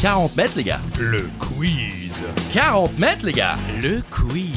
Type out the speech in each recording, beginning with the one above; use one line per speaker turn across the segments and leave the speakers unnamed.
40 mètres, les gars.
Le quiz.
40 mètres, les gars.
Le quiz.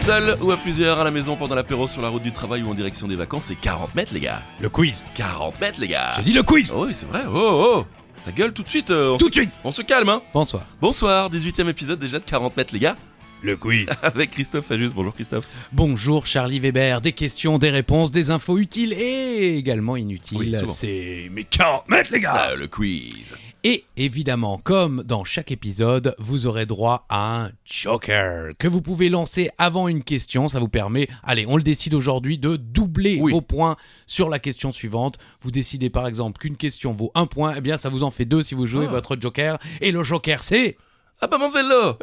Seul ou à plusieurs à la maison pendant l'apéro sur la route du travail ou en direction des vacances, c'est 40 mètres, les gars.
Le quiz.
40 mètres, les gars.
J'ai dit le quiz.
Oh oui, c'est vrai. Oh, oh. Ça gueule tout de suite. euh, on,
Tout de suite.
on se calme, hein.
Bonsoir.
Bonsoir, 18 e épisode déjà de 40 mètres, les gars.
Le quiz.
Avec Christophe Fagius. Bonjour, Christophe.
Bonjour Charlie Weber, des questions, des réponses, des infos utiles et également inutiles.
Oui, souvent.
C'est mes 40 mètres, les gars.
Euh, Ah, le quiz.
et évidemment, comme dans chaque épisode, vous aurez droit à un joker que vous pouvez lancer avant une question. Ça vous permet, allez, on le décide aujourd'hui, de doubler
Oui.
vos points sur la question suivante. Vous décidez par exemple qu'une question vaut un point, eh bien ça vous en fait deux si vous jouez
Ah.
votre joker. Et le joker c'est...
Ah bah mon vélo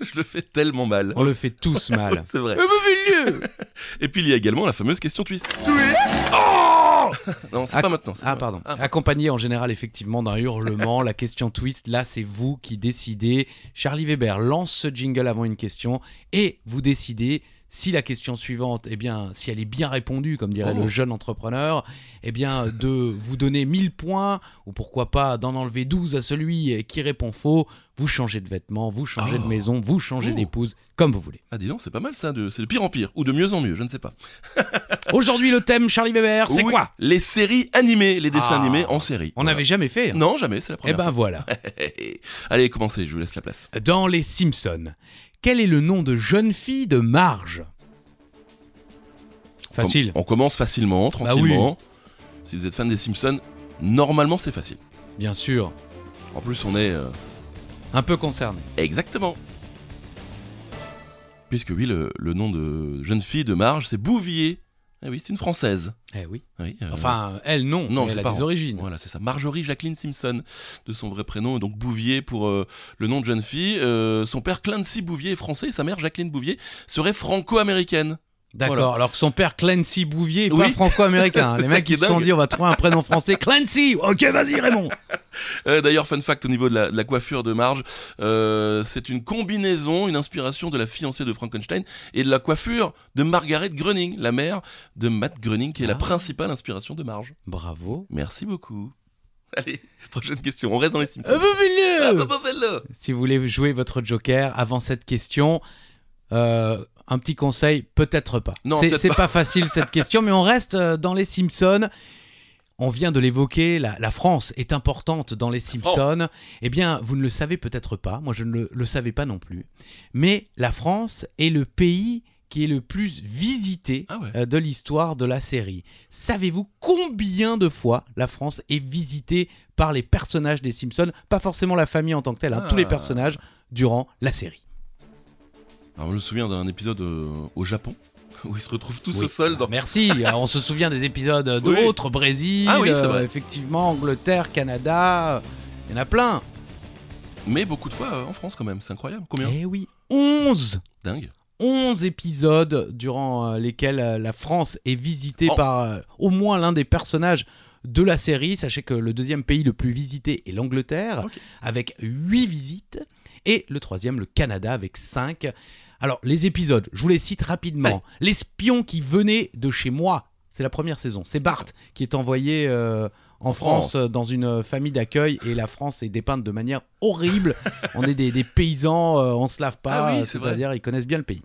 Je le fais tellement mal.
On le fait tous mal.
C'est vrai. Et puis il y a également la fameuse question twist. Oh non, c'est
Ah,
pas maintenant. c'est pas-
Ah pardon.
Ah, bon.
Accompagné en général effectivement d'un hurlement, la question twist, là c'est vous qui décidez. Charlie Weber lance ce jingle avant une question et vous décidez si la question suivante, eh bien, si elle est bien répondue, comme dirait
Oh.
le jeune entrepreneur, eh bien, de vous donner 1000 points, ou pourquoi pas d'en enlever 12 à celui qui répond faux, vous changez de vêtements, vous changez
Oh.
de maison, vous changez
Oh.
d'épouse, comme vous voulez.
Ah, dis donc, c'est pas mal ça. de- C'est de pire en pire. Ou de mieux en mieux, je ne sais pas.
Aujourd'hui, le thème Charlie Weber, c'est
Oui,
quoi
Les séries animées, les dessins
Ah.
animés en série.
On
Voilà.
n'avait jamais fait. hein.
Non, jamais, c'est la
Eh
première.
ben voilà.
fois. Allez, commencez, je vous laisse la place.
Dans Les Simpsons, quel est le nom de jeune fille de Marge Facile.
On commence facilement,
Bah
tranquillement. Si vous êtes fan des Simpsons, normalement c'est facile.
Bien sûr.
En plus, on est euh,
Un peu concerné.
exactement. Puisque oui, le, le nom de jeune fille de Marge, c'est Bouvier. Ah oui, c'est une Française.
Eh oui.
Oui, euh,
Enfin, elle non,
non,
mais
ses
elle a
parents.
des origines.
Voilà, c'est ça. Marjorie Jacqueline Simpson, de son vrai prénom, et donc Bouvier pour euh, le nom de jeune fille. Euh, son père Clancy Bouvier est français et sa mère Jacqueline Bouvier serait franco-américaine.
D'accord,
Voilà.
alors que son père Clancy Bouvier est
Oui.
pas franco-américain. hein.
C'est
Les
ça
mecs
qui est
ils se sont
dingue.
dit on va trouver un prénom français. Clancy Ok, vas-y Raymond
Euh, D'ailleurs, fun fact au niveau de la, de la coiffure de Marge, euh, c'est une combinaison, une inspiration de la fiancée de Frankenstein et de la coiffure de Margaret Groening, la mère de Matt Groening, qui est la
Ah.
principale inspiration de Marge.
Bravo.
Merci beaucoup. Allez, prochaine question. On reste dans les Simpsons. Ah,
Euh, Bouvier
Bobo Bello.
Si vous voulez jouer votre joker avant cette question, euh, un petit conseil, peut-être pas.
Non,
C'est-
peut-être
c'est pas. facile cette question, mais on reste euh, dans les Simpsons. On vient de l'évoquer, la, la France est importante dans les Simpsons. Eh bien, vous ne le savez peut-être pas, moi je ne le, le savais pas non plus. Mais la France est le pays qui est le plus visité
Ah ouais.
euh, de l'histoire de la série. Savez-vous combien de fois la France est visitée par les personnages des Simpsons Pas forcément la famille en tant que telle, hein, tous les
Ah.
personnages durant la série.
Alors, je me souviens d'un épisode euh, au Japon où ils se retrouvent tous
Oui.
au sol dans
Merci, euh, on se souvient des épisodes
Oui.
d'autres, Brésil,
Ah oui, c'est
euh,
vrai.
effectivement, Angleterre, Canada, euh, il y en a plein.
Mais beaucoup de fois euh, en France quand même, c'est incroyable. Combien
Eh oui, 11
Dingue.
11 épisodes durant euh, lesquels euh, la France est visitée
Oh.
par euh, au moins l'un des personnages de la série. Sachez que le deuxième pays le plus visité est l'Angleterre,
Ok.
avec 8 visites, et le troisième, le Canada, avec 5. Alors, les épisodes, je vous les cite rapidement. L'espion qui venait de chez moi, c'est la première saison. C'est Bart qui est envoyé euh, en France,
France.
euh, dans une euh, famille d'accueil, et la France est dépeinte de manière horrible. on est des, des paysans, euh, on se lave pas,
Ah oui,
euh,
c'est vrai.
c'est-à-dire ils connaissent bien le pays.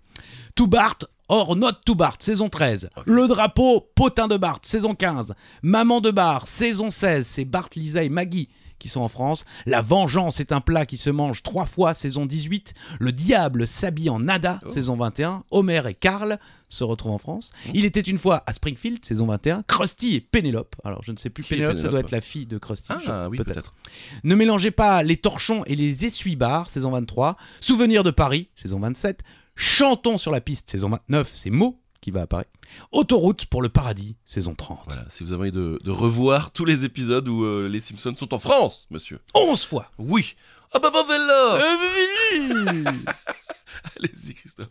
Tout Bart, or note Tout Bart, saison 13.
Ok.
Le drapeau, potin de Bart, saison 15. Maman de Bart, saison 16. C'est Bart, Lisa et Maggie qui sont en France. La vengeance est un plat qui se mange trois fois, saison 18. Le diable s'habille en nada,
Oh.
saison 21. Homer et Carl se retrouvent en France.
Mm.
Il était une fois à Springfield, saison 21. Krusty et Pénélope. Alors je ne sais plus,
Qui est
Pénélope, ça doit
Pénélope
être la fille de Krusty.
Ah
je-
oui, peut-être.
ne mélangez pas les torchons et les essuie-bars, saison 23. Souvenirs de Paris, saison 27. Chantons sur la piste, saison 29. C'est Mo qui va apparaître. Autoroute pour le paradis, saison 30.
Voilà, si vous avez envie de, de revoir tous les épisodes où euh, les Simpsons sont en France, monsieur.
11 fois
Oui. Ah bah bon vélo
Euh,
Allez-y, Christophe.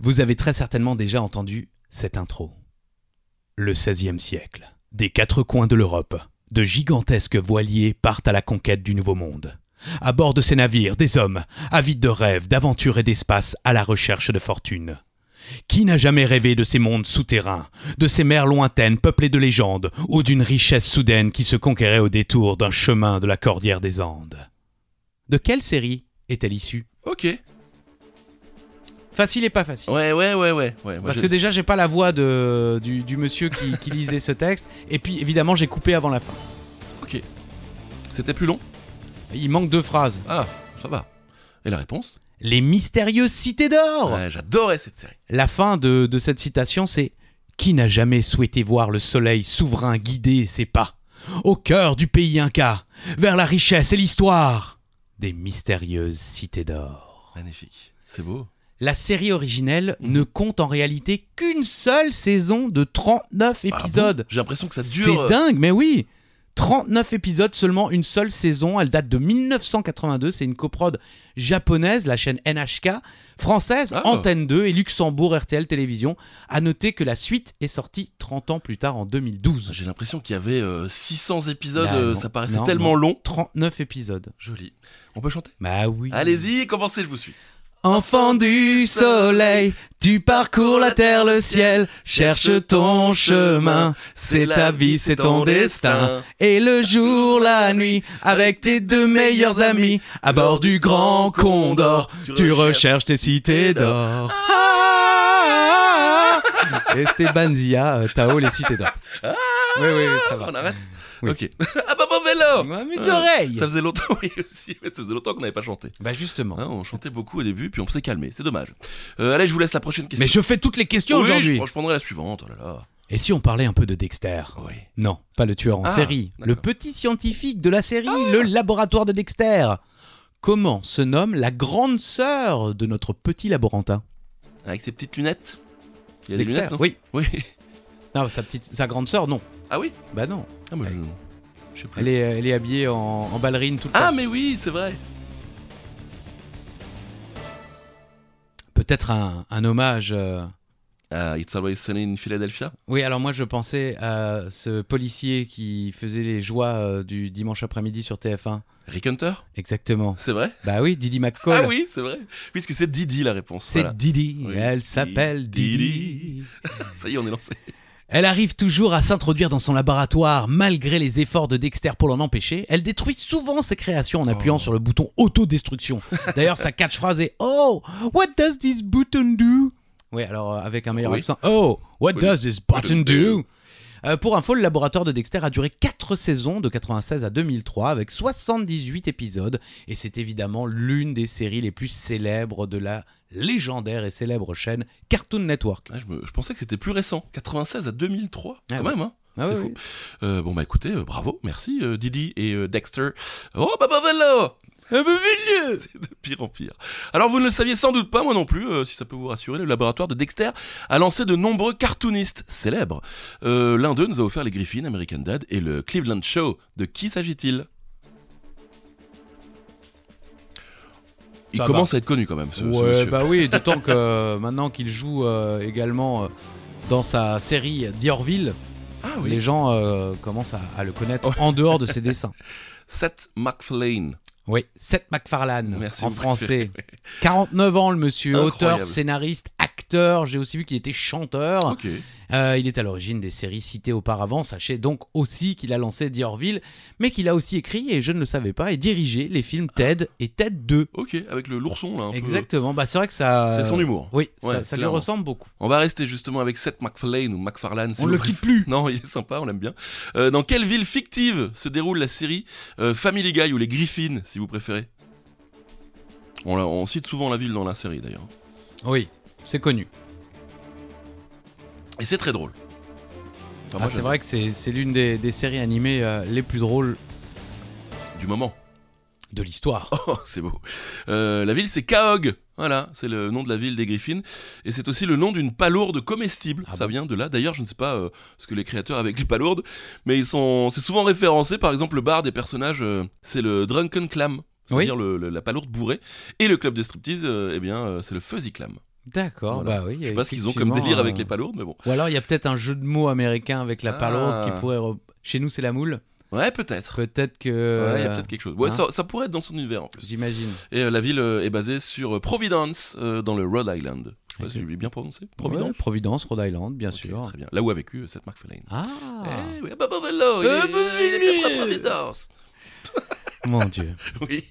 Vous avez très certainement déjà entendu cette intro. Le XVIe siècle. Des quatre coins de l'Europe, de gigantesques voiliers partent à la conquête du Nouveau Monde. À bord de ces navires, des hommes, avides de rêves, d'aventures et d'espace, à la recherche de fortune. Qui n'a jamais rêvé de ces mondes souterrains, de ces mers lointaines peuplées de légendes, ou d'une richesse soudaine qui se conquérait au détour d'un chemin de la Cordillère des Andes De quelle série est-elle issue
Ok.
Facile et pas facile.
Ouais, ouais, ouais, ouais. ouais. Moi,
Parce
j'ai-
que déjà, j'ai pas la voix de, du, du monsieur qui, qui lisait ce texte, et puis évidemment, j'ai coupé avant la fin.
C'était plus long
Il manque deux phrases.
Ah, ça va. Et la réponse
Les mystérieuses cités d'or
Ouais, J'adorais cette série.
La fin de, de cette citation, c'est Qui n'a jamais souhaité voir le soleil souverain guider ses pas Au cœur du pays Inca, vers la richesse et l'histoire des mystérieuses cités d'or.
Magnifique. C'est beau.
La série originelle
Mhm.
ne compte en réalité qu'une seule saison de
Ah
39
bon
épisodes.
J'ai l'impression que ça dure. euh,
C'est dingue, mais oui 39 épisodes, seulement une seule saison. Elle date de 1982. C'est une coprode japonaise, la chaîne NHK, française,
Ah.
Antenne 2 et Luxembourg RTL Télévision. À noter que la suite est sortie 30 ans plus tard, en 2012.
J'ai l'impression qu'il y avait euh, 600 épisodes,
Bah,
euh,
non.
ça paraissait
Non,
tellement long.
39 épisodes.
Joli. On peut chanter
Bah oui.
Allez-y, commencez, je vous suis.
Enfant du soleil, tu parcours la terre, le ciel, cherche ton chemin. C'est ta vie, c'est ton destin. Et le jour, la nuit, avec tes deux meilleurs amis, à bord du grand Condor, tu recherches tes cités d'or. Ah Esteban Zia, euh, Tao, les cités d'or.
Ah.
Oui, oui, oui, ça va.
On arrête
Oui.
Ok. ah bah bon vélo
Ouais, mes
Euh,
oreilles
Ça faisait longtemps, oui, aussi. Ça faisait longtemps qu'on n'avait pas chanté.
Bah justement.
Hein, on chantait beaucoup au début, puis on s'est calmé. C'est dommage. Euh, allez, je vous laisse la prochaine question.
Mais je fais toutes les questions
Oui,
aujourd'hui.
je, je prendrai la suivante. Oh là là.
Et si on parlait un peu de Dexter
Oui.
Non, pas le tueur en
Ah,
série.
d'accord. Ah.
Le petit scientifique de la série, le laboratoire de Dexter. Comment se nomme la grande sœur de notre petit laborantin
Avec ses petites lunettes. Il y a des
Dexter,
lunettes, non
oui.
Oui.
Non, sa, petite, sa grande sœur, non.
Ah oui
Bah non,
Ah, bah, je... je sais plus.
elle est, elle est habillée en, en ballerine tout le
Ah,
temps.
mais oui, c'est vrai.
Peut-être un, un hommage. euh.
Ah, It's Always Sunny in Philadelphia.
Oui, alors moi je pensais à ce policier qui faisait les joies euh, du dimanche après-midi sur TF1.
Rick Hunter
Exactement.
C'est vrai
Bah oui, Didi McCall.
Ah oui, c'est vrai. Puisque c'est Didi la réponse.
C'est
Voilà.
Didi,
Oui.
elle s'appelle
Didi.
Didi.
Ça y est, on est lancé.
Elle arrive toujours à s'introduire dans son laboratoire malgré les efforts de Dexter pour l'en empêcher. Elle détruit souvent ses créations en appuyant
Oh.
sur le bouton autodestruction. D'ailleurs, sa catchphrase est Oh, what does this button do Oui, alors euh, avec un meilleur
Oui.
accent. Oh, what
Oui.
does this button
Button do.
do Euh, pour info, le laboratoire de Dexter a duré 4 saisons de 96 à 2003 avec 78 épisodes et c'est évidemment l'une des séries les plus célèbres de la légendaire et célèbre chaîne Cartoon Network.
Ah, je, me- je pensais que c'était plus récent. 96 à 2003,
Ah
quand
ouais.
même. Hein.
Ah
C'est
oui,
fou.
oui.
Euh, bon, bah écoutez, euh, bravo, merci euh, Didi et euh, Dexter. Oh, bah, bah, voilà
Ah, bah, fais-le
C'est de pire en pire. Alors vous ne le saviez sans doute pas, moi non plus, euh, si ça peut vous rassurer, le laboratoire de Dexter a lancé de nombreux cartoonistes célèbres. Euh, L'un d'eux nous a offert les Griffins, American Dad et le Cleveland Show. De qui s'agit-il Il
Ça va.
commence à être connu quand même, ce, ce
ouais,
monsieur.
bah oui, d'autant que euh, maintenant qu'il joue euh, également euh, dans sa série Diorville,
Ah oui,
les gens euh, commencent à, à le connaître
Ouais.
en dehors de ses dessins.
Seth MacFarlane.
Oui, Seth MacFarlane
Merci,
en
vous
français. 49 ans le monsieur,
Incroyable.
auteur, scénariste, acteur, j'ai aussi vu qu'il était chanteur.
Ok.
Euh, il est à l'origine des séries citées auparavant. Sachez donc aussi qu'il a lancé Diorville, mais qu'il a aussi écrit, et je ne le savais pas, et dirigé les films Ted et Ted 2.
Ok, avec le l'ourson là. un peu.
Exactement, bah c'est vrai que ça.
C'est son humour.
Oui,
Ouais,
ça, ça lui
clairement.
ressemble beaucoup.
On va rester justement avec Seth MacFarlane ou MacFarlane. si
On
vous
le quitte plus.
Non, il est sympa, on l'aime bien. Euh, dans quelle ville fictive se déroule la série euh, Family Guy ou les Griffins, si vous préférez on, la- on cite souvent la ville dans la série d'ailleurs.
Oui, c'est connu.
Ah, Et c'est très drôle. Enfin,
Ah,
moi,
c'est
j'aime
vrai que c'est c'est l'une des, des séries animées euh, les plus drôles
Du moment.
de l'histoire.
Oh, c'est beau. Euh, la ville, c'est Kaog. Voilà, c'est le nom de la ville des Griffins. Et c'est aussi le nom d'une palourde comestible.
Ah
Ça
bon
vient de là. D'ailleurs, je ne sais pas euh, ce que les créateurs avec les palourdes, mais ils sont. C'est souvent référencé. Par exemple, le bar des personnages, euh, c'est le Drunken Clam.
Oui.
C'est-à-dire le- le- la palourde bourrée. Et le club de striptease, euh, eh bien, euh, c'est le Fuzzy Clam.
D'accord,
Voilà.
bah oui. euh,
Je sais pas ce qu'ils ont comme délire avec les palourdes, mais bon.
Ou alors il y a peut-être un jeu de mots américain avec la
Ah.
palourde qui pourrait. re- Chez nous, c'est la moule.
Ouais, peut-être.
Peut-être que.
Ouais, Il y a
euh,
peut-être quelque chose. Ouais,
hein.
ça, ça pourrait être dans son univers en plus.
J'imagine.
Et euh, la ville euh, est basée sur euh, Providence, euh, dans le Rhode Island. Je Je sais pas
Ok.
si je l'ai bien prononcé.
Ouais,
Providence.
Providence, Rhode Island, bien
Ok,
sûr.
Très bien. Là où a vécu euh, Seth MacFarlane.
Ah
Eh oui, à Babavello, il,
Ah,
est- il était
Babavello.
près de Providence. Eh.
Mon Dieu.
Oui.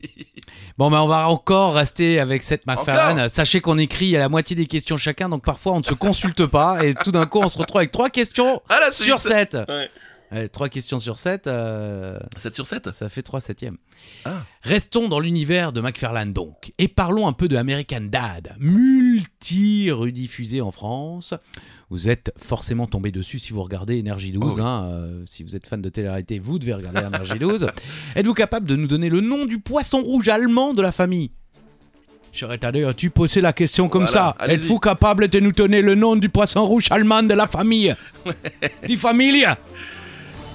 Bon, ben on va encore rester avec cette McFarlane.
Encore
Sachez qu'on écrit à la moitié des questions chacun, donc parfois on ne se consulte pas et tout d'un coup on se retrouve avec trois questions
À la suite.
sur 7.
Ouais.
trois questions sur euh, 7,
7 sur 7.
ça fait 3 septièmes.
Ah.
Restons dans l'univers de McFarlane donc et parlons un peu de American Dad, multi-rediffusé en France. Vous êtes forcément tombé dessus si vous regardez Energy 12.
Oh oui.
hein, euh, si vous êtes fan de télé-réalité, vous devez regarder Energy 12. Êtes-vous capable de nous donner le nom du poisson rouge allemand de la famille J'aurais d'ailleurs tu posais la question comme
Voilà,
ça.
allez-y.
Êtes-vous capable de nous donner le nom du poisson rouge allemand de la famille Du famille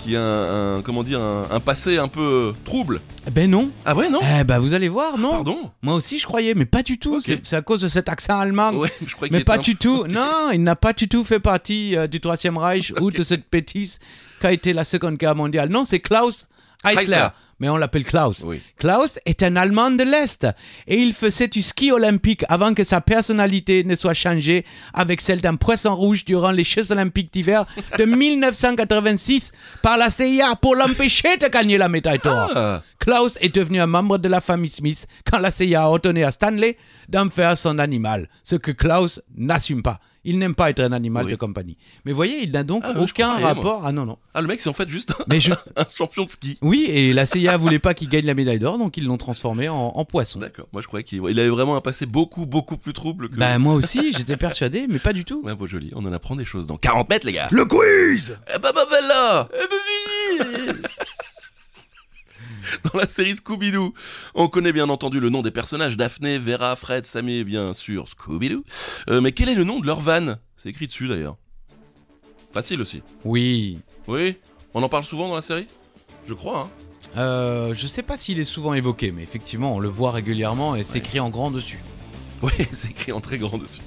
Qui a un, un- comment dire, un, un passé un peu euh, trouble.
Ben non.
Ah ouais, non
Eh ben vous allez voir, non
Pardon
Moi aussi je croyais, mais pas du tout.
Ok.
C'est- C'est à cause de cet accent allemand.
Ouais, je croyais
Mais
qu'il
pas
était un-
du tout. Non, il n'a pas du tout fait partie euh, du Troisième Reich ou de cette bêtise qu'a été la Seconde Guerre mondiale. Non, c'est Klaus Eisler.
Eisler.
Mais on l'appelle Klaus.
Oui.
Klaus est un Allemand de l'Est et il faisait du ski olympique avant que sa personnalité ne soit changée avec celle d'un poisson rouge durant les Jeux olympiques d'hiver de 1986 par la CIA pour l'empêcher de gagner la médaille d'or.
Ah,
Klaus est devenu un membre de la famille Smith quand la CIA a ordonné à Stanley d'en faire son animal, ce que Klaus n'assume pas. Il n'aime pas être un animal
Oui.
de compagnie. Mais voyez, il n'a donc
Ah, oui, je
aucun
croyais, moi.
rapport. Ah non, non.
Ah, le mec, c'est en fait juste un,
Mais je...
un champion de ski.
Oui, et la CIA voulait pas qu'il gagne la médaille d'or, donc ils l'ont transformé en, en poisson.
D'accord. Moi, je croyais qu'il il avait vraiment un passé beaucoup, beaucoup plus trouble que.
Ben moi aussi, j'étais persuadé, mais pas du tout.
Ouais, beau joli. On en apprend des choses dans 40 mètres, les gars.
Le quiz
Eh ben, ben, ben, là Eh ben, vite Dans la série Scooby-Doo, on connaît bien entendu le nom des personnages Daphné, Vera, Fred, Sammy et bien sûr Scooby-Doo. Euh, mais quel est le nom de leur van C'est écrit dessus d'ailleurs. Facile aussi.
Oui.
Oui On en parle souvent dans la série Je crois, hein.
Euh, je sais pas s'il est souvent évoqué, mais effectivement, on le voit régulièrement et s'écrit en grand dessus.
Oui, c'est écrit en très grand dessus.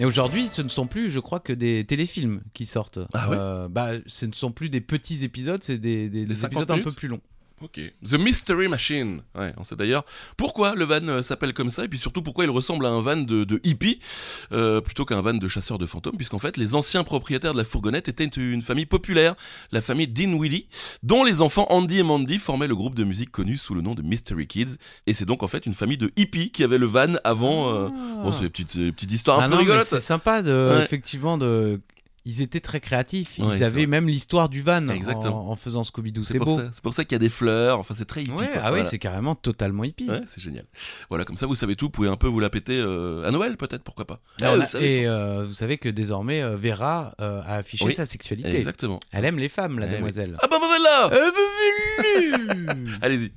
Et aujourd'hui, ce ne sont plus, je crois, que des téléfilms qui sortent.
Ah ouais
Euh, bah, ce ne sont plus des petits épisodes, c'est des, des- des
50
épisodes un peu
minutes
plus longs.
Ok. The Mystery Machine. Ouais, on sait d'ailleurs pourquoi le van euh, s'appelle comme ça et puis surtout pourquoi il ressemble à un van de, de hippie euh, plutôt qu'un van de chasseur de fantômes, puisqu'en fait les anciens propriétaires de la fourgonnette étaient une famille populaire, la famille Dinwiddie, dont les enfants Andy et Mandy formaient le groupe de musique connu sous le nom de Mystery Kids. Et c'est donc en fait une famille de hippies qui avait le van avant. euh,
Ah.
Bon, c'est des petites, des petites histoires un
Ah
peu
non, mais
rigolotes.
C'est sympa, de,
Ouais.
effectivement, de... ils étaient très créatifs. Ils
Ouais, c'est
avaient
vrai.
même l'histoire du van en,
Exactement.
en faisant Scooby-Doo.
C'est
C'est
pour,
beau.
ça- c'est pour ça qu'il y a des fleurs, enfin c'est très hippie.
Ouais,
quoi.
ah oui,
Voilà.
c'est carrément totalement hippie.
Ouais, c'est génial. Voilà, comme ça vous savez tout, vous pouvez un peu vous la péter euh, à Noël peut-être, pourquoi pas.
Et on
Ah,
a-
vous savez
et euh, vous savez que désormais, euh, Vera euh, a affiché
Oui.
sa sexualité.
Exactement.
Elle aime les femmes, la
Eh oui. ben,
demoiselle.
Ah bah bah, bah, là
Euh, bienvenue
Allez-y.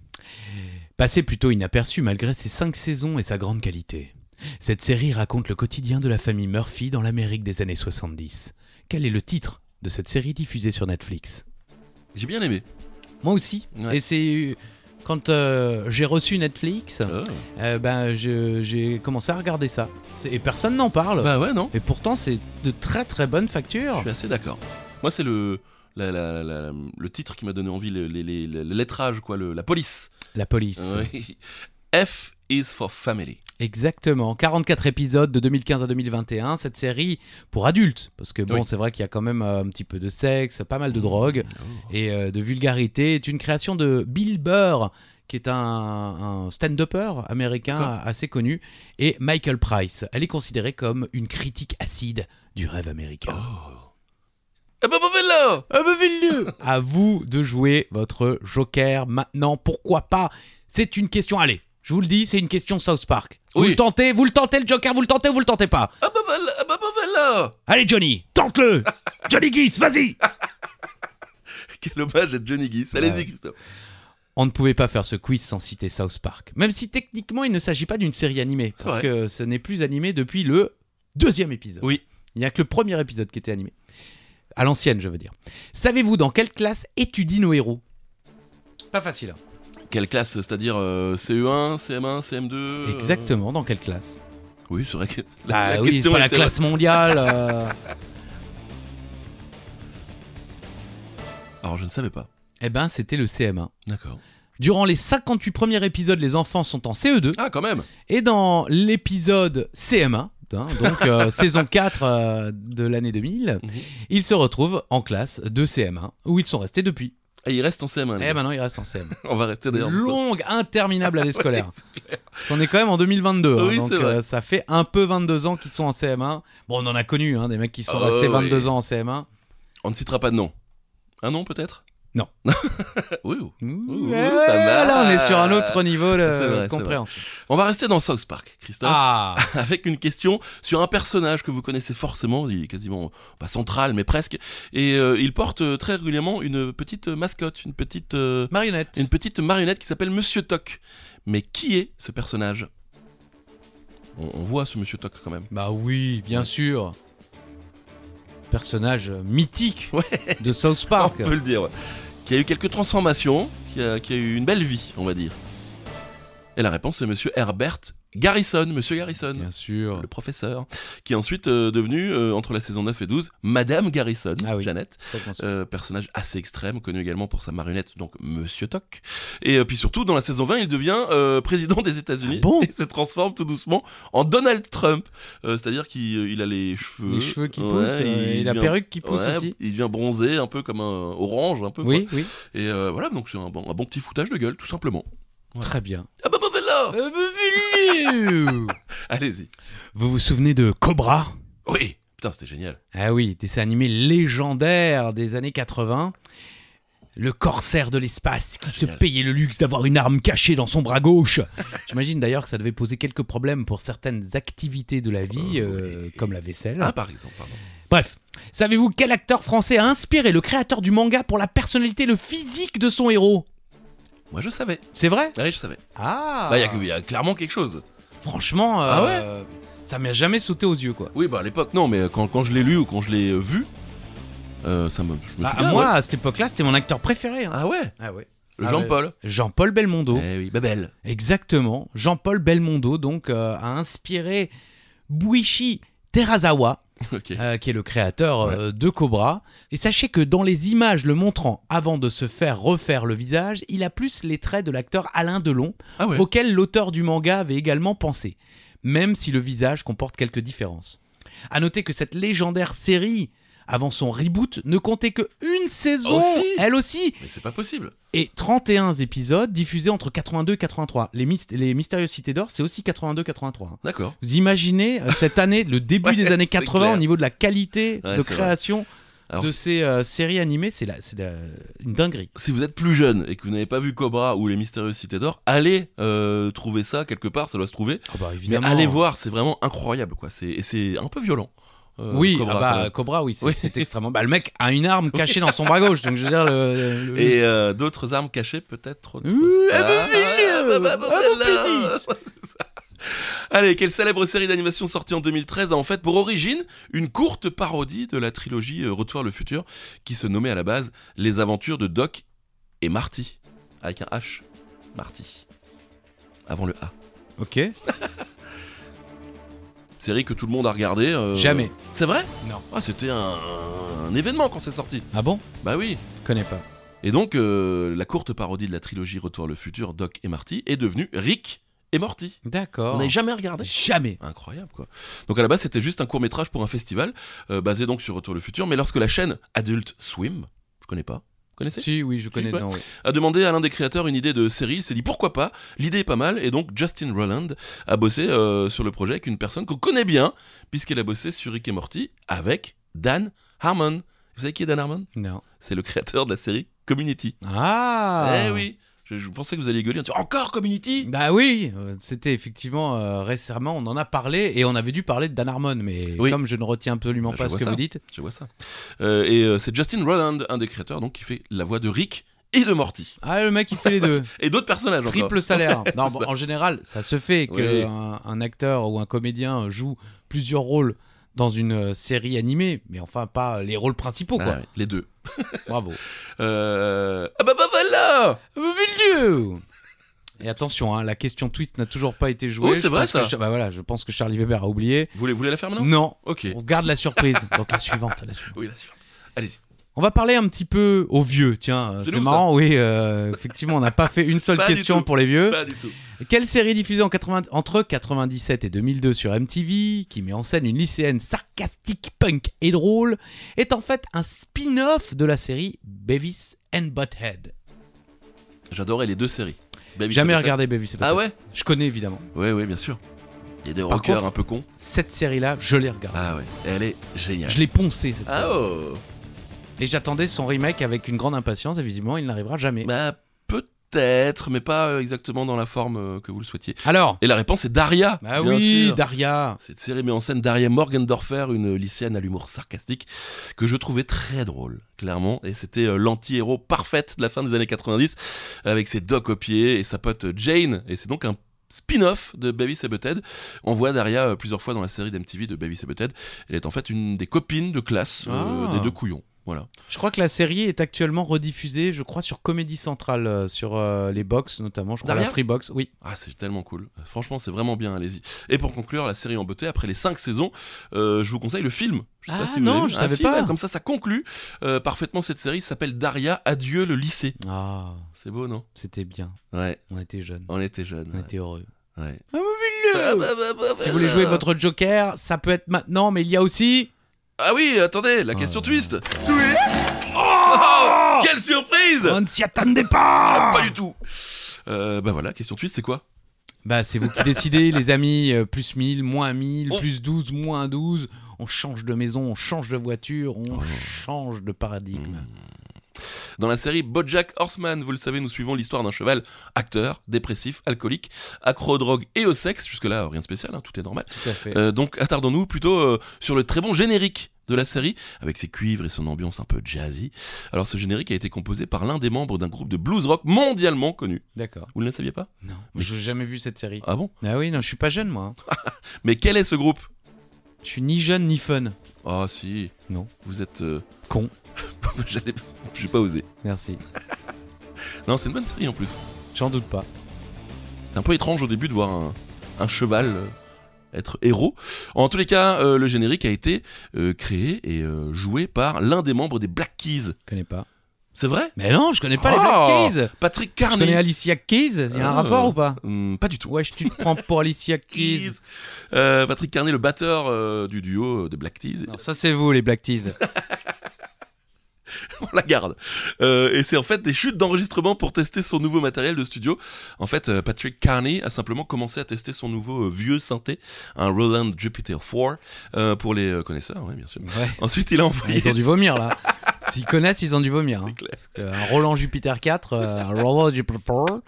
Passé plutôt inaperçu malgré ses cinq saisons et sa grande qualité. Cette série raconte le quotidien de la famille Murphy dans l'Amérique des années 70. Quel est le titre de cette série diffusée sur Netflix
J'ai bien aimé.
Moi aussi.
Ouais.
Et c'est quand euh, j'ai reçu Netflix,
Ah.
euh, ben je- j'ai commencé à regarder ça. C'est- Et personne n'en parle.
Bah ouais, non
Et pourtant c'est de très très bonne
Je
facture.
suis assez d'accord. Moi, c'est le, la- la- la- la- le titre qui m'a donné envie, le, les- les- le lettrage, quoi, le- la police.
La police.
Oui. F is for family.
Exactement. 44 épisodes de 2015 à 2021. Cette série pour adultes. Parce que bon,
Oui. Mmh.
c'est vrai qu'il y a quand même euh, un petit peu de sexe, pas mal de drogue.
Oh.
et euh, de vulgarité est une création de Bill Burr, qui est un, un stand-upper américain
D'accord.
assez connu, et Michael Price. Elle est considérée comme une critique acide du rêve
Oh.
américain.
Eh ben, bah, bah, là
Ah, À vous de jouer votre Joker maintenant. Pourquoi pas C'est une question. Allez, je vous le dis, c'est une question South Park. Vous
Oui.
le tentez, vous le tentez le Joker, vous le tentez, vous le tentez pas.
Ah bah bah, là, ah bah, bah, bah, là
Allez Johnny,
Tente-le Johnny Geese, vas-y
Quel hommage à Johnny Guis. Allez-y,
Ouais.
Christophe.
On ne pouvait pas faire ce quiz sans citer South Park. Même si techniquement, il ne s'agit pas d'une série animée.
C'est
Parce
vrai.
que ce n'est plus animé depuis le deuxième épisode.
Oui.
Il n'y a que le premier épisode qui était animé. À l'ancienne, je veux dire. Savez-vous dans quelle classe étudient nos héros Pas facile. hein.
Quelle classe C'est-à-dire euh, CE1, CM1, CM2 euh,
Exactement, dans quelle classe
Oui, c'est vrai que.
Bah oui, c'est pas la
était-
classe mondiale. euh.
Alors, je ne savais pas.
eh ben, c'était le CM1.
D'accord.
Durant les E 58 premiers épisodes, les enfants sont en CE2.
Ah, quand même
Et dans l'épisode CM1, hein, donc euh, saison 4 euh, de l'année 2000,
Mhm.
ils se retrouvent en classe de CM1, où ils sont restés depuis.
Et il reste en CM1. les
Et
gars.
maintenant, ils restent en CM.
On va rester Ah d'ailleurs. dans ça.
Longue, interminable année scolaire.
c'est
Parce qu'on est quand même en 2022. hein,
Oui,
donc
c'est vrai.
euh, ça fait un peu 22 ans qu'ils sont en CM1. Bon, on en a connu hein, des mecs qui sont
Ah,
restés
oui.
22 ans en CM1.
On ne citera pas de nom. Un nom peut-être
Non.
oui, oui.
Ouh,
pas mal.
Là, on est sur un autre niveau de
C'est vrai, c'est
compréhension.
On va rester dans South Park, Christophe.
Ah,
avec une question sur un personnage que vous connaissez forcément, il est quasiment euh, pas central mais presque, et euh, il porte euh, très régulièrement une petite euh, mascotte, une petite, euh,
marionnette.
une petite marionnette qui s'appelle Monsieur Toc. Mais qui est ce personnage on, on voit ce Monsieur Toc quand même.
Bah oui, bien sûr. Personnage mythique
Ouais. Oh,
de South
On
Park.
peut le dire. ouais. Qui a eu quelques transformations, qui a, qui a eu une belle vie, on va dire. Et la réponse c'est Monsieur Herbert Garrison, Monsieur Garrison.
Bien sûr.
Le professeur, qui est ensuite euh, devenu, euh, entre la saison 9 et 12, Madame Garrison,
Ah oui.
Janet,
Ça commence.
Euh, personnage assez extrême, connu également pour sa marionnette, donc Monsieur Toc. Et euh, puis surtout, dans la saison 20, il devient euh, président des États-Unis
Ah bon
et se transforme tout doucement en Donald Trump. Euh, C'est-à-dire qu'il euh, il a les cheveux.
Les cheveux qui
Ouais,
poussent euh, et la
devient-
perruque qui pousse
ouais,
aussi.
Il devient bronzé, un peu comme un orange, un peu.
Oui, oui.
quoi. Et euh, voilà, donc c'est un bon, un bon petit foutage de gueule, tout simplement. Voilà.
Très bien. Euh,
Ah bah, bah, bah, là Allez-y.
Vous vous souvenez de Cobra
Oui Putain, c'était génial.
Ah oui, dessin animé légendaire des années 80. Le corsaire de l'espace qui se
Ah, génial.
payait le luxe d'avoir une arme cachée dans son bras gauche. J'imagine d'ailleurs que ça devait poser quelques problèmes pour certaines activités de la vie, euh, comme la vaisselle.
Oh, Ah, par exemple, pardon.
Bref, savez-vous quel acteur français a inspiré le créateur du manga pour la personnalité et le physique de son héros
Moi, je savais.
C'est vrai
Ah, oui, je savais.
Ah
Là, il Bah, y a- il y a clairement quelque chose.
Franchement, euh,
Ah
ça m'a jamais sauté aux yeux quoi.
Oui, bah à l'époque, non, mais quand, quand je l'ai lu ou quand je l'ai euh, vu, euh, ça me. Je me
Bah,
souviens,
moi,
ouais.
à cette époque-là, c'était mon acteur préféré. hein.
Ah ouais
Ah ouais. Oh.
le
Ah
Jean-Paul.
Jean-Paul Belmondo.
Eh oui, Babel.
Exactement. Jean-Paul Belmondo donc euh, a inspiré Buichi Terazawa,
ok.
euh, qui est le créateur euh, de Cobra. Et sachez que dans les images le montrant avant de se faire refaire le visage, il a plus les traits de l'acteur Alain Delon,
Ah ouais.
auquel l'auteur du manga avait également pensé, même si le visage comporte quelques différences. À noter que cette légendaire série, avant son reboot, ne comptait que une saison,
Ah, Aussi
elle aussi,
Mais c'est pas possible.
et 31 épisodes diffusés entre 82 et 83. Les, mys- les Mystérieuses Cités d'Or, c'est aussi 82-83. hein.
D'accord.
Vous imaginez euh, cette année, le début
Ouais,
des années
c'est
80 au
clair.
niveau de la qualité
Ouais,
de
c'est vrai.
création
Alors,
de
si-
ces euh, séries animées, c'est la- c'est la- une dinguerie.
si vous êtes plus jeune et que vous n'avez pas vu Cobra ou Les Mystérieuses Cités d'Or, allez euh, trouver ça quelque part, ça doit se trouver. Mais allez voir, c'est vraiment incroyable, quoi. C'est, et c'est un peu violent. euh,
oui,
Cobra,
ah bah,
quand même.
Cobra, oui, c'est
Oui.
c'est extrêmement. Bah, le mec a une arme cachée dans son bras gauche, donc je veux dire. le- le-
Et euh, d'autres armes cachées, peut-être. autre-
Ouh, ah,
Ah,
bah,
ah, bah, bah,
ah,
bah,
mon
là.
pénis.
Ouais, c'est ça. Allez, quelle célèbre série d'animation sortie en 2013 a en fait pour origine une courte parodie de la trilogie euh, Retour vers le futur qui se nommait à la base Les aventures de Doc et Marty avec un H. Marty. Avant le A.
Ok.
Série que tout le monde a regardée. euh,
Jamais.
C'est vrai
Non.
Ah, c'était un, un événement quand c'est sorti.
Ah bon
Bah oui.
Je connais pas.
Et donc, euh, la courte parodie de la trilogie Retour vers le futur, Doc et Marty, est devenue Rick et Morty. On
D'accord.
n'avait jamais regardé.
Jamais.
Incroyable quoi. Donc à la base c'était juste un court métrage pour un festival euh, basé donc sur Retour le futur. Mais lorsque la chaîne Adult Swim, je connais pas, vous connaissez,
Si, oui, je connais.
ouais.
non, oui.
a demandé à l'un des créateurs une idée de série, il s'est dit pourquoi pas. L'idée est pas mal et donc Justin Roland a bossé euh, sur le projet avec une personne qu'on connaît bien puisqu'elle a bossé sur Rick et Morty avec Dan Harmon. Vous savez qui est Dan Harmon
Non.
C'est le créateur de la série Community.
Ah
Eh oui. Je, je pensais que vous alliez gueuler en disant encore Community.
Bah oui, euh, c'était effectivement euh, récemment, on en a parlé et on avait dû parler de Dan Harmon, mais
Oui. Bah,
comme je ne retiens absolument
Je
pas ce
vois
que
ça.
vous dites,
Je vois ça. Euh, et euh, c'est Justin Roland, un des créateurs, donc qui fait la voix de Rick et de Morty.
ah le mec il fait les deux,
Et d'autres personnages encore.
triple salaire. Non,
c'est
bon,
ça.
en général, ça se fait que
Oui.
un, un acteur ou un comédien joue plusieurs rôles dans une euh, série animée, mais enfin pas les rôles principaux quoi.
Ah ouais, les deux.
Bravo.
Euh... Ah bah bah voilà
Et attention, hein, la question twist n'a toujours pas été
Oui,
jouée.
Oh, c'est
Je
vrai,
pense
ça.
que Cha- bah voilà, je pense que Charlie Weber a oublié.
Vous voulez, vous voulez la faire maintenant
Ah non.
Ok.
On garde la surprise. Donc la suivante, la suivante.
Oui, la suivante. Allez-y.
On va parler un petit peu aux vieux, tiens. euh,
C'est
C'est
nous,
marrant, oui. euh, effectivement, on n'a pas fait une seule
Pas du
question
tout.
pour les vieux.
Pas du tout.
Quelle série diffusée en 80 entre 97 et 2002 sur MTV, qui met en scène une lycéenne sarcastique, punk et drôle, est en fait un spin-off de la série Beavis and Butthead
J'adorais les deux séries. Baby
Jamais
Shark
regardé Beavis and
Attack. Ah
Butthead.
ouais
Je connais évidemment.
Ouais, ouais, bien sûr. Il y a des
Par
rockers
contre-
un peu cons.
Cette série-là, je l'ai regardée.
Ah ouais, elle est géniale.
Je l'ai poncée cette
Ah
série.
oh
Et j'attendais son remake avec une grande impatience et visiblement il n'arrivera jamais.
Bah, peut-être, mais pas euh, exactement dans la forme euh, que vous le souhaitiez.
Alors,
Et la réponse est Daria
bah
bien
oui,
sûr.
Daria.
Cette série met en scène Daria Morgendorfer, une lycéenne à l'humour sarcastique que je trouvais très drôle, clairement. Et c'était euh, l'anti-héros parfaite de la fin des années 90 avec ses docs au pied et sa pote Jane. Et c'est donc un spin-off de Baby Butthead. On voit Daria euh, plusieurs fois dans la série d'MTV de Baby Butthead. Elle est en fait une des copines de classe euh,
Ah.
des deux couillons. Voilà.
Je crois que la série est actuellement rediffusée, je crois, sur Comédie Centrale, euh, sur euh, les box notamment, je crois
Daria
la Freebox. Oui.
Ah, c'est tellement cool. Euh, Franchement, c'est vraiment bien, allez-y. Et pour conclure la série en beauté, après les 5 saisons, euh, je vous conseille le film. Je
Ah,
vous l'avez
non,
vu.
je
Ah,
savais
si,
pas.
bah, comme ça, ça conclut euh, parfaitement cette série. Ça s'appelle Daria, Adieu le lycée.
Ah,
C'est beau, non
c'était bien.
Ouais,
On était jeunes,
on était jeunes.
on était heureux.
ouais, ouais.
Ah, bah, Si vous voulez jouer votre Joker, ça peut être maintenant, mais il y a aussi.
Ah oui, attendez, la question
Ah.
twist. Oh, Quelle surprise
On ne s'y attendait pas
Pas du tout. Euh, bah voilà, question twist, c'est quoi
Bah, c'est vous qui décidez, les amis. euh, plus 1000, moins 1000,
Oh.
plus 12, moins 12. On change de maison, on change de voiture, on
Oh.
change de paradigme.
Hmm. Dans la série Bojack Horseman, vous le savez, nous suivons l'histoire d'un cheval acteur, dépressif, alcoolique, accro aux drogues et au sexe. Jusque-là, rien de spécial, hein, tout est normal.
Tout à fait.
Euh, donc attardons-nous plutôt euh, sur le très bon générique de la série, avec ses cuivres et son ambiance un peu jazzy. Alors ce générique a été composé par l'un des membres d'un groupe de blues rock mondialement connu.
D'accord.
Vous ne le saviez pas
Non,
Mais-
j'ai jamais vu cette série.
Ah bon
Ah oui, non, je suis pas jeune, moi.
Mais quel est ce groupe
Je suis ni jeune ni fun.
Ah si.
Non.
Vous êtes... euh,
Con.
J'allais... J'ai pas osé.
Merci.
Non, c'est une bonne série en plus.
J'en doute pas.
C'est un peu étrange au début de voir un, un cheval euh, être héros. En tous les cas, euh, le générique a été euh, créé et euh, joué par l'un des membres des Black Keys.
Je connais pas.
C'est vrai
Mais non, je connais pas les
Oh
Black Keys.
Patrick
Je
Carney.
connais Alicia Keys. Il y a
Ah.
un rapport ou Oh. pas
Hum, pas du tout.
Wesh, tu te prends pour Alicia Keys.
Keys. Euh, Patrick Carney, le batteur euh, du duo euh, des Black Keys.
Non, ça, c'est vous, les Black Keys.
on la garde. Euh, et c'est en fait des chutes d'enregistrement pour tester son nouveau matériel de studio. En fait, euh, Patrick Carney a simplement commencé à tester son nouveau euh, vieux synthé, un Roland Jupiter 4, euh, pour les euh, connaisseurs, oui, bien sûr.
Ouais.
Ensuite, il a envoyé.
Ah, Ils ont dû vomir, là. S'ils connaissent, ils ont dû vomir. hein.
C'est clair.
Euh, Un Roland Jupiter 4, euh, un Roland Jupiter 4.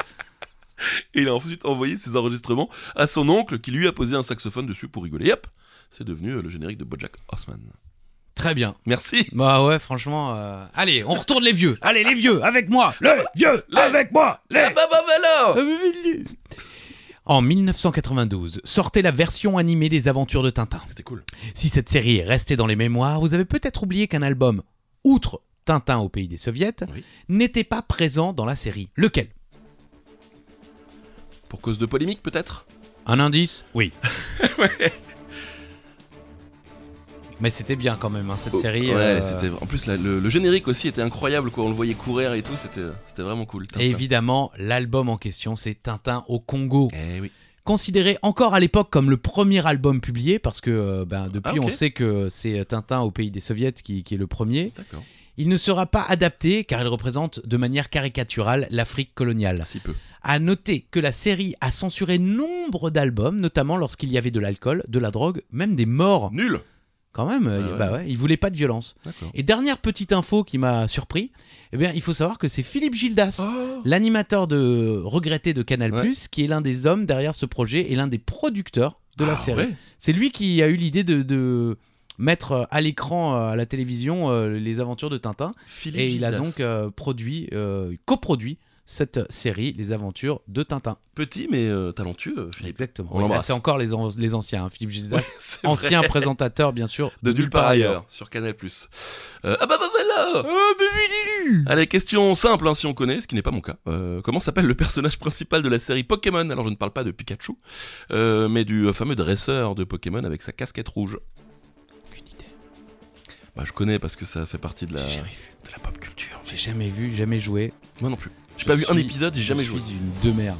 Et il a ensuite envoyé ses enregistrements à son oncle qui lui a posé un saxophone dessus pour rigoler. Et hop, c'est devenu euh, le générique de Bojack Horseman.
Très bien.
Merci.
Bah ouais, franchement. euh, Allez, on retourne les vieux. Allez, les vieux, avec moi.
Le vieux avec moi Les
euh, Ah bah bah bah alors
En 1992, sortait la version animée des aventures de Tintin.
C'était cool.
Si cette série est restée dans les mémoires, vous avez peut-être oublié qu'un album, outre Tintin au pays des soviets,
Oui.
n'était pas présent dans la série. Lequel
Pour cause de polémique, peut-être
Un indice Oui. Mais c'était bien quand même, hein, cette
Oh,
série.
ouais,
euh,
c'était- En plus, la- le, le générique aussi était incroyable, quoi. On le voyait courir et tout, c'était c'était vraiment cool. Tintin.
Et évidemment, l'album en question, c'est Tintin au Congo.
Eh oui.
Considéré encore à l'époque comme le premier album publié, parce que euh, ben, depuis
Ah, ok.
on sait que c'est Tintin au pays des soviets qui- qui est le premier.
D'accord.
Il ne sera pas adapté car il représente de manière caricaturale l'Afrique coloniale.
Si peu.
À noter que la série a censuré nombre d'albums, notamment lorsqu'il y avait de l'alcool, de la drogue, même des morts.
Nul.
Quand même, euh,
Ah ouais.
bah ouais, il voulait pas de violence.
D'accord.
Et dernière petite info qui m'a surpris, eh bien, il faut savoir que c'est Philippe Gildas,
Euh,
l'animateur de regretté de Canal+,
Oh. Ouais.
qui est l'un des hommes derrière ce projet et l'un des producteurs de la
Ah,
série.
ouais.
C'est lui qui a eu l'idée de, de mettre euh, à l'écran, euh, à la télévision, euh, les aventures de Tintin.
Philippe
Et il a
Gildas.
donc euh, produit, euh, coproduit cette série, Les Aventures de Tintin.
Petit mais euh, talentueux, Philippe.
Exactement.
On
Oui, là,
l'embrasse.
c'est encore les, an- les anciens, hein, Philippe Gildas,
C'est vrai.
ancien présentateur, bien sûr.
De nulle part ailleurs, sur Canal+. Euh, ah bah bah voilà Allez, question simple, hein, si on connaît, ce qui n'est pas mon cas. Euh, comment s'appelle le personnage principal de la série Pokémon Alors, je ne parle pas de Pikachu, euh, mais du euh, fameux dresseur de Pokémon avec sa casquette rouge.
Aucune idée.
Bah, je connais parce que ça fait partie de la,
J'ai jamais vu.
de la pop culture.
J'ai jamais vu, jamais joué.
Moi non plus. J'ai pas vu un
suis-
épisode, j'ai jamais joué.
Je suis une demeure.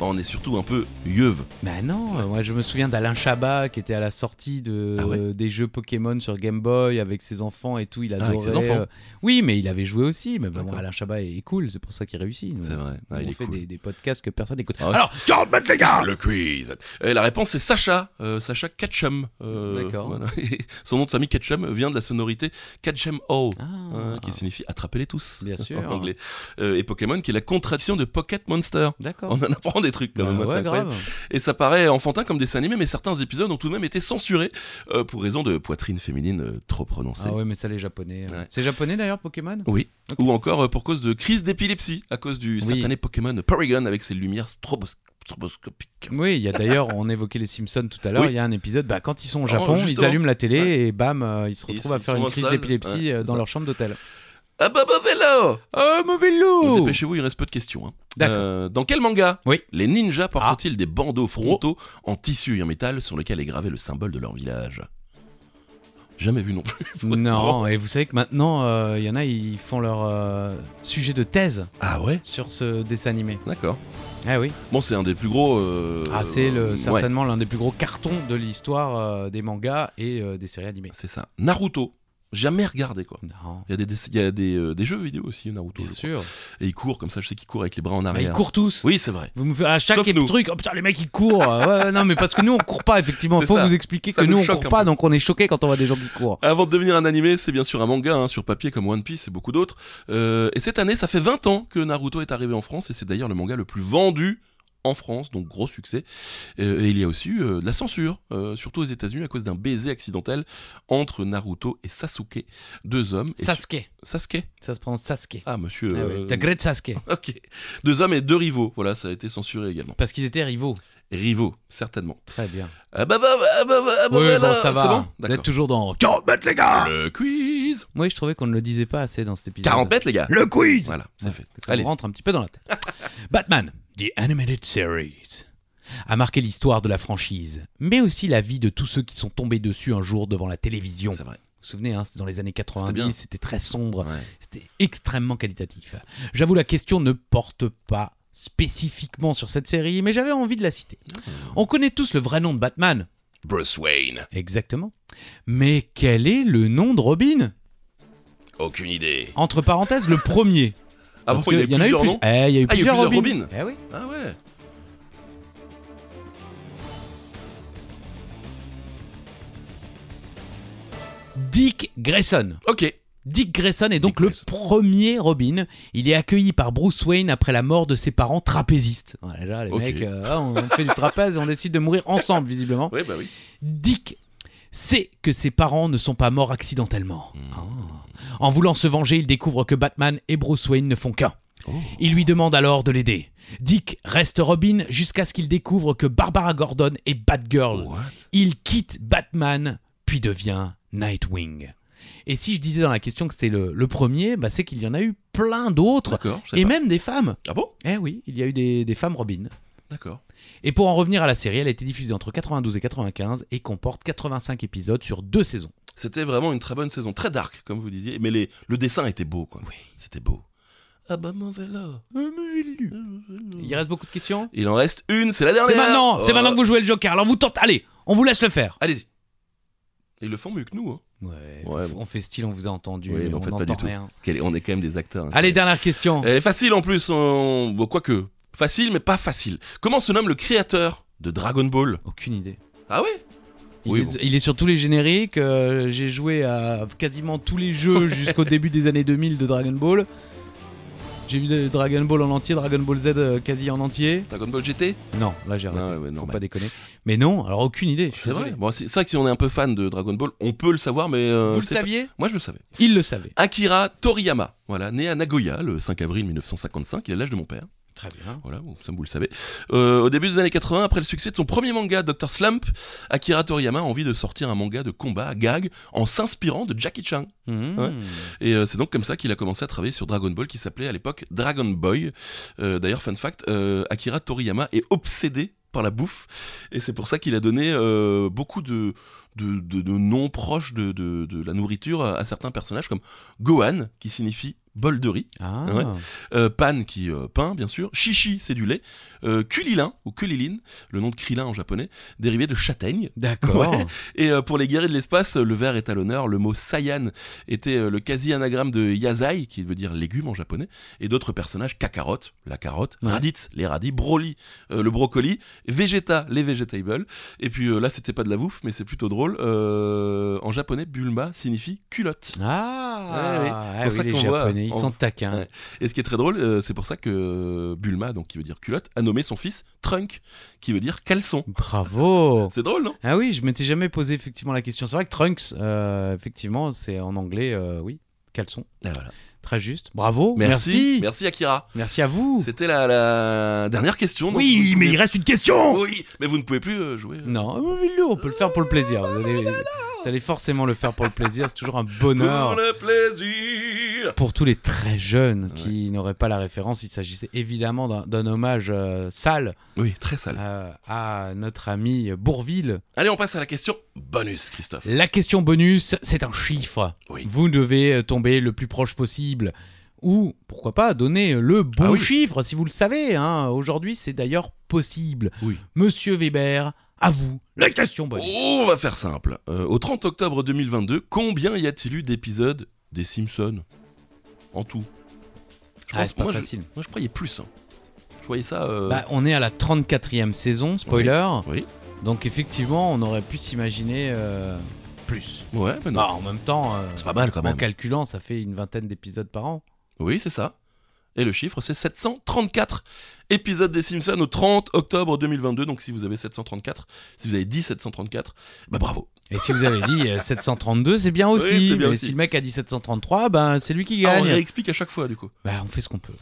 bah, on est surtout un peu yeuve.
Bah non, euh, moi je me souviens d'Alain Chabat qui était à la sortie de,
Ah ouais Ah,
euh, des jeux Pokémon sur Game Boy avec ses enfants et tout. Il adorait.
avec ses enfants.
euh, Oui, mais il avait joué aussi. Mais bah, bon,
D'accord.
Alain Chabat est est cool, c'est pour ça qu'il réussit. nous.
C'est vrai,
Nous,
Ouais, il
on
est
fait
cool.
des, des podcasts que personne n'écoute.
Ah ouais,
Alors,
40 mètres, les gars
Le quiz. Et la réponse c'est Sacha, euh, Sacha Ketchum. Euh,
D'accord.
voilà. Et Son nom de famille Ketchum vient de la sonorité Ketchum O,
Ah,
hein, qui signifie attrapez-les tous
Bien sûr.
en anglais. Euh, et Pokémon qui est la contraction de Pocket Monster.
d'accord.
On en apprend des trucs quand
Bah
même, c'est
ouais,
incroyable.
grave.
Et ça paraît enfantin comme dessin animé, mais certains épisodes ont tout de même été censurés euh, pour raison de poitrine féminine euh, trop prononcée.
Ah ouais, mais ça les japonais. euh.
Ouais.
C'est japonais d'ailleurs Pokémon
Oui. Ou encore euh, pour cause de crise d'épilepsie, à cause du
Oui.
satané Pokémon Porygon avec ses lumières strobos- stroboscopiques.
Oui, il y a d'ailleurs, on évoquait les Simpsons tout à l'heure,
Oui.
il y a un épisode, bah, quand ils sont au
Oh,
Japon, ils
justement.
allument la télé et bam, euh, ils se
Ils-
retrouvent à
ils
faire
sont
une
en
crise
salle.
d'épilepsie
Ouais,
euh,
c'est
dans
ça.
leur chambre d'hôtel.
Ah bah bah vélo
Oh, mauvais
Donc,
loup
Dépêchez-vous, il reste peu de questions. hein.
D'accord.
Euh, dans quel manga
Oui. Ah.
les ninjas portent-ils des bandeaux frontaux en tissu et en métal sur lesquels est gravé le symbole de leur village Jamais vu non plus. pour être franc.
Non, et vous savez que maintenant, euh, il y en a, ils font leur euh, sujet de thèse
Ah ouais
sur ce dessin animé.
D'accord.
Ah oui,
Bon, c'est un des plus gros. euh,
ah, c'est le-
ouais,
certainement l'un des plus gros cartons de l'histoire euh, des mangas et euh, des séries animées.
c'est ça. Naruto. Jamais regardé quoi.
Non,
Il y a des, dess- il y a des, euh, des jeux vidéo aussi, Naruto.
bien
je
sûr.
crois. Et il court comme ça, je sais qu'il court avec les bras en
Mais
arrière.
ils courent tous
Oui, c'est vrai.
Vous me faites à chaque
Sauf nous.
truc, oh putain, les mecs ils courent. Ouais, non, mais parce que nous on court pas, effectivement.
C'est
Faut
ça.
vous expliquer
Ça
que
nous
nous on
choque
court
un
pas,
peu.
donc on est choqué quand on voit des gens qui courent.
Avant de devenir un animé, c'est bien sûr un manga hein, sur papier comme One Piece et beaucoup d'autres. Euh, et cette année, ça fait 20 ans que Naruto est arrivé en France et c'est d'ailleurs le manga le plus vendu en France, donc gros succès. Euh, et il y a aussi eu euh, de la censure, euh, surtout aux États-Unis à cause d'un baiser accidentel entre Naruto et Sasuke, deux hommes. Et su-
Sasuke.
Sasuke
Ça se prononce Sasuke.
Ah monsieur.
Ah
euh,
ouais, T'as Great Sasuke.
Ok. Deux hommes et deux rivaux. Voilà, ça a été censuré également.
Parce qu'ils étaient rivaux.
Rivaux, certainement.
Très bien.
Ah bah bah bah bah bah bah
oui,
bah
bon,
là,
ça va. hein.
c'est bon
vous êtes
D'accord.
toujours dans.
40 mètres, les gars
Le quiz.
Oui, je trouvais qu'on ne le disait pas assez dans cet épisode.
40 mètres les gars.
Le quiz
Voilà, c'est
Ouais,
fait.
que Ça
Allez.
vous rentre un petit peu dans la tête. Batman, The Animated Series, a marqué l'histoire de la franchise, mais aussi la vie de tous ceux qui sont tombés dessus un jour devant la télévision.
C'est vrai.
Vous vous souvenez, hein, c'est dans les années
bien.
90, c'était très sombre.
Ouais.
C'était extrêmement qualitatif. J'avoue, la question ne porte pas spécifiquement sur cette série, mais j'avais envie de la citer.
Ah.
On connaît tous le vrai nom de Batman,
Bruce Wayne,
exactement. Mais quel est le nom de Robin
aucune idée.
Entre parenthèses, le premier.
Ah bon,
Parce
il y a
que en a eu
plusieurs
plus-
noms
Eh, il y a eu
Ah, il y a eu plusieurs
plusieurs, Robins.
Robins.
Eh oui.
Ah ouais.
Dick Grayson.
Ok.
Dick Grayson est donc
Dick
le
Grayson.
premier Robin. Il est accueilli par Bruce Wayne après la mort de ses parents trapézistes. Voilà, là, les
Ok.
mecs, euh, ah, on on fait du trapèze et on décide de mourir ensemble, visiblement.
Ouais, bah oui.
Dick sait que ses parents ne sont pas morts accidentellement.
Hmm.
Ah. En voulant se venger, il découvre que Batman et Bruce Wayne ne font qu'un. Il lui demande alors de l'aider. Dick reste Robin jusqu'à ce qu'il découvre que Barbara Gordon est Batgirl.
What
Il quitte Batman, puis devient Nightwing. Et si je disais dans la question que c'était le, le premier, bah c'est qu'il y en a eu plein d'autres,
D'accord. je savais
et
pas.
même des femmes.
Ah bon
Eh oui, il y a eu des, des femmes Robin.
D'accord.
Et pour en revenir à la série, elle a été diffusée entre 92 et 95 et comporte 85 épisodes sur deux saisons.
C'était vraiment une très bonne saison, très dark comme vous disiez, mais les... le dessin était beau quoi.
Oui.
C'était beau. Ah bah mon vélo.
Il reste beaucoup de questions
Il en reste une, c'est la dernière.
C'est maintenant, c'est
Oh.
maintenant que vous jouez le Joker. Alors vous tentez, allez, on vous laisse le faire.
Allez-y. Ils le font mieux que nous. Hein.
Ouais,
Ouais, bon.
on fait style, on vous a entendu,
Oui,
mais
mais en
on
fait, pas
n'entend
du tout.
rien.
Quel- On est quand même des acteurs. hein.
Allez, dernière question.
Elle est Eh, facile en plus. On... Bon, quoique. Facile, mais pas facile. Comment se nomme le créateur de Dragon Ball
Aucune idée.
Ah ouais
Il,
Oui,
est,
bon.
il est sur tous les génériques, euh, j'ai joué à quasiment tous les jeux jusqu'au début des années 2000 de Dragon Ball. J'ai vu de- Dragon Ball en entier, Dragon Ball Z euh, quasi en entier.
Dragon Ball GT
Non, là j'ai arrêté.
Ah ouais,
Faut
normal.
pas déconner. Mais non, alors aucune idée. je suis
C'est vrai.
désolé.
Bon, c'est c'est vrai que si on est un peu fan de Dragon Ball, on peut le savoir, mais euh,
Vous le
c'est-
saviez
Moi, je le savais.
Il le savait.
Akira Toriyama, voilà, né à Nagoya le 5 avril 1955, il a l'âge de mon père,
Très bien.
voilà, bon, ça vous le savez. Euh, au début des années 80, après le succès de son premier manga, Dr. Slump, Akira Toriyama a envie de sortir un manga de combat à gag en s'inspirant de Jackie Chan.
Hmm.
Ouais. Et euh, c'est donc comme ça qu'il a commencé à travailler sur Dragon Ball, qui s'appelait à l'époque Dragon Boy. Euh, D'ailleurs, fun fact, euh, Akira Toriyama est obsédé par la bouffe, et c'est pour ça qu'il a donné euh, beaucoup de de, de- de noms proches de, de- de la nourriture à, à certains personnages, comme Gohan, qui signifie bol de riz,
Ah,
Ouais. euh, Pan, qui euh, pain, bien sûr, Chichi, c'est du lait, euh, Kulilin, ou Kulilin, le nom de Krilin en japonais, dérivé de châtaigne,
d'accord.
Ouais. et euh, pour les guerriers de l'espace, euh, le vert est à l'honneur. Le mot Saiyan était euh, le quasi-anagramme de Yazai, qui veut dire légume en japonais, et d'autres personnages, Kakarot, la carotte,
Ouais.
Raditz, les radis, Broly, euh, le brocoli, Vegeta, les vegetables. Et puis euh, là, c'était pas de la bouffe, mais c'est plutôt drôle. euh, en japonais, Bulma signifie culotte.
Ah,
Ouais, ouais.
ah
C'est pour
oui,
ça
les
qu'on voit,
Japonais, ils
on-
sont taquins.
Ouais. Et ce qui est très drôle, euh, c'est pour ça que euh, Bulma, donc qui veut dire culotte, a nommé son fils Trunk, qui veut dire caleçon.
Oh.
Bravo
C'est drôle, non
Ah oui, je m'étais jamais posé effectivement la question. C'est vrai que Trunks, euh, effectivement, c'est en anglais, euh, oui, caleçon.
Ah, voilà.
Très juste. Bravo,
Merci,
merci. Merci,
merci Akira.
à vous.
C'était la, la dernière question. donc vous
Oui,
ne
mais
pouvez-
il reste une question
Oui, mais vous ne pouvez plus euh, jouer. euh,
Non, on peut le faire pour le plaisir. Vous allez, vous allez forcément le faire pour le plaisir. C'est toujours un bonheur
Pour le plaisir.
pour tous les très jeunes qui n'auraient pas la référence. Il s'agissait évidemment d'un- d'un hommage euh, sale
Oui, très sale.
euh, à notre ami Bourville.
Allez, on passe à la question bonus, Christophe.
La question bonus, c'est un chiffre.
Oui.
Vous devez euh, tomber le plus proche possible. Ou, pourquoi pas, donner le bon
Ah oui.
chiffre si vous le savez. hein. Aujourd'hui, c'est d'ailleurs possible.
Oui.
Monsieur Weber, à vous. La question bonus.
Oh, on va faire simple. Euh, au 30 octobre 2022, combien y a-t-il eu d'épisodes des Simpsons En tout. Je
Ah,
pense-
c'est pas
moi, je-
facile.
moi, je croyais plus. hein. Je voyais ça. euh,
Bah, on est à la 34e saison, spoiler.
Oui.
Donc, effectivement, on aurait pu s'imaginer euh, plus.
Ouais, mais non.
Bah, en même temps, euh,
C'est pas mal quand
en
même.
calculant, ça fait une vingtaine d'épisodes par an.
Oui, c'est ça. Et le chiffre, c'est 734 épisodes des Simpsons au 30 octobre 2022. Donc si vous avez 734, si vous avez dit 734, bah bravo.
Et si vous avez dit euh, 732, c'est bien aussi.
Oui, c'est bien
Mais
aussi.
si le mec a dit 733, ben c'est lui qui
Ah, on
gagne.
réexplique à chaque fois du coup.
Bah, on fait ce qu'on peut.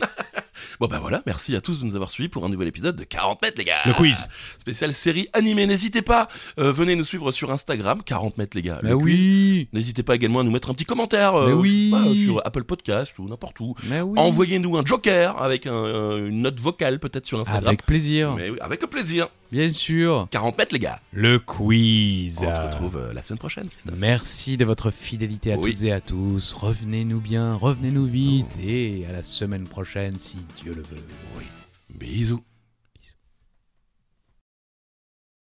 Bon bah voilà, merci à tous de nous avoir suivis pour un nouvel épisode de 40 mètres les gars.
Le quiz
Spécial série animée, n'hésitez pas, euh, venez nous suivre sur Instagram, 40 mètres les gars.
Mais
Le quiz.
Bah oui,
N'hésitez pas également à nous mettre un petit commentaire
Mais
je sais
oui.
pas, sur Apple Podcast ou n'importe où.
mais Bah oui.
Envoyez-nous un joker avec un- euh, une note vocale peut-être sur Instagram.
Avec plaisir,
Mais oui, avec plaisir.
bien sûr.
40 mètres les gars.
Le quiz
On se retrouve euh, la semaine prochaine, Christophe.
Merci de votre fidélité à
Oui.
toutes et à tous. Revenez-nous bien, revenez-nous vite et à la semaine prochaine si Dieu le veut.
Bisous.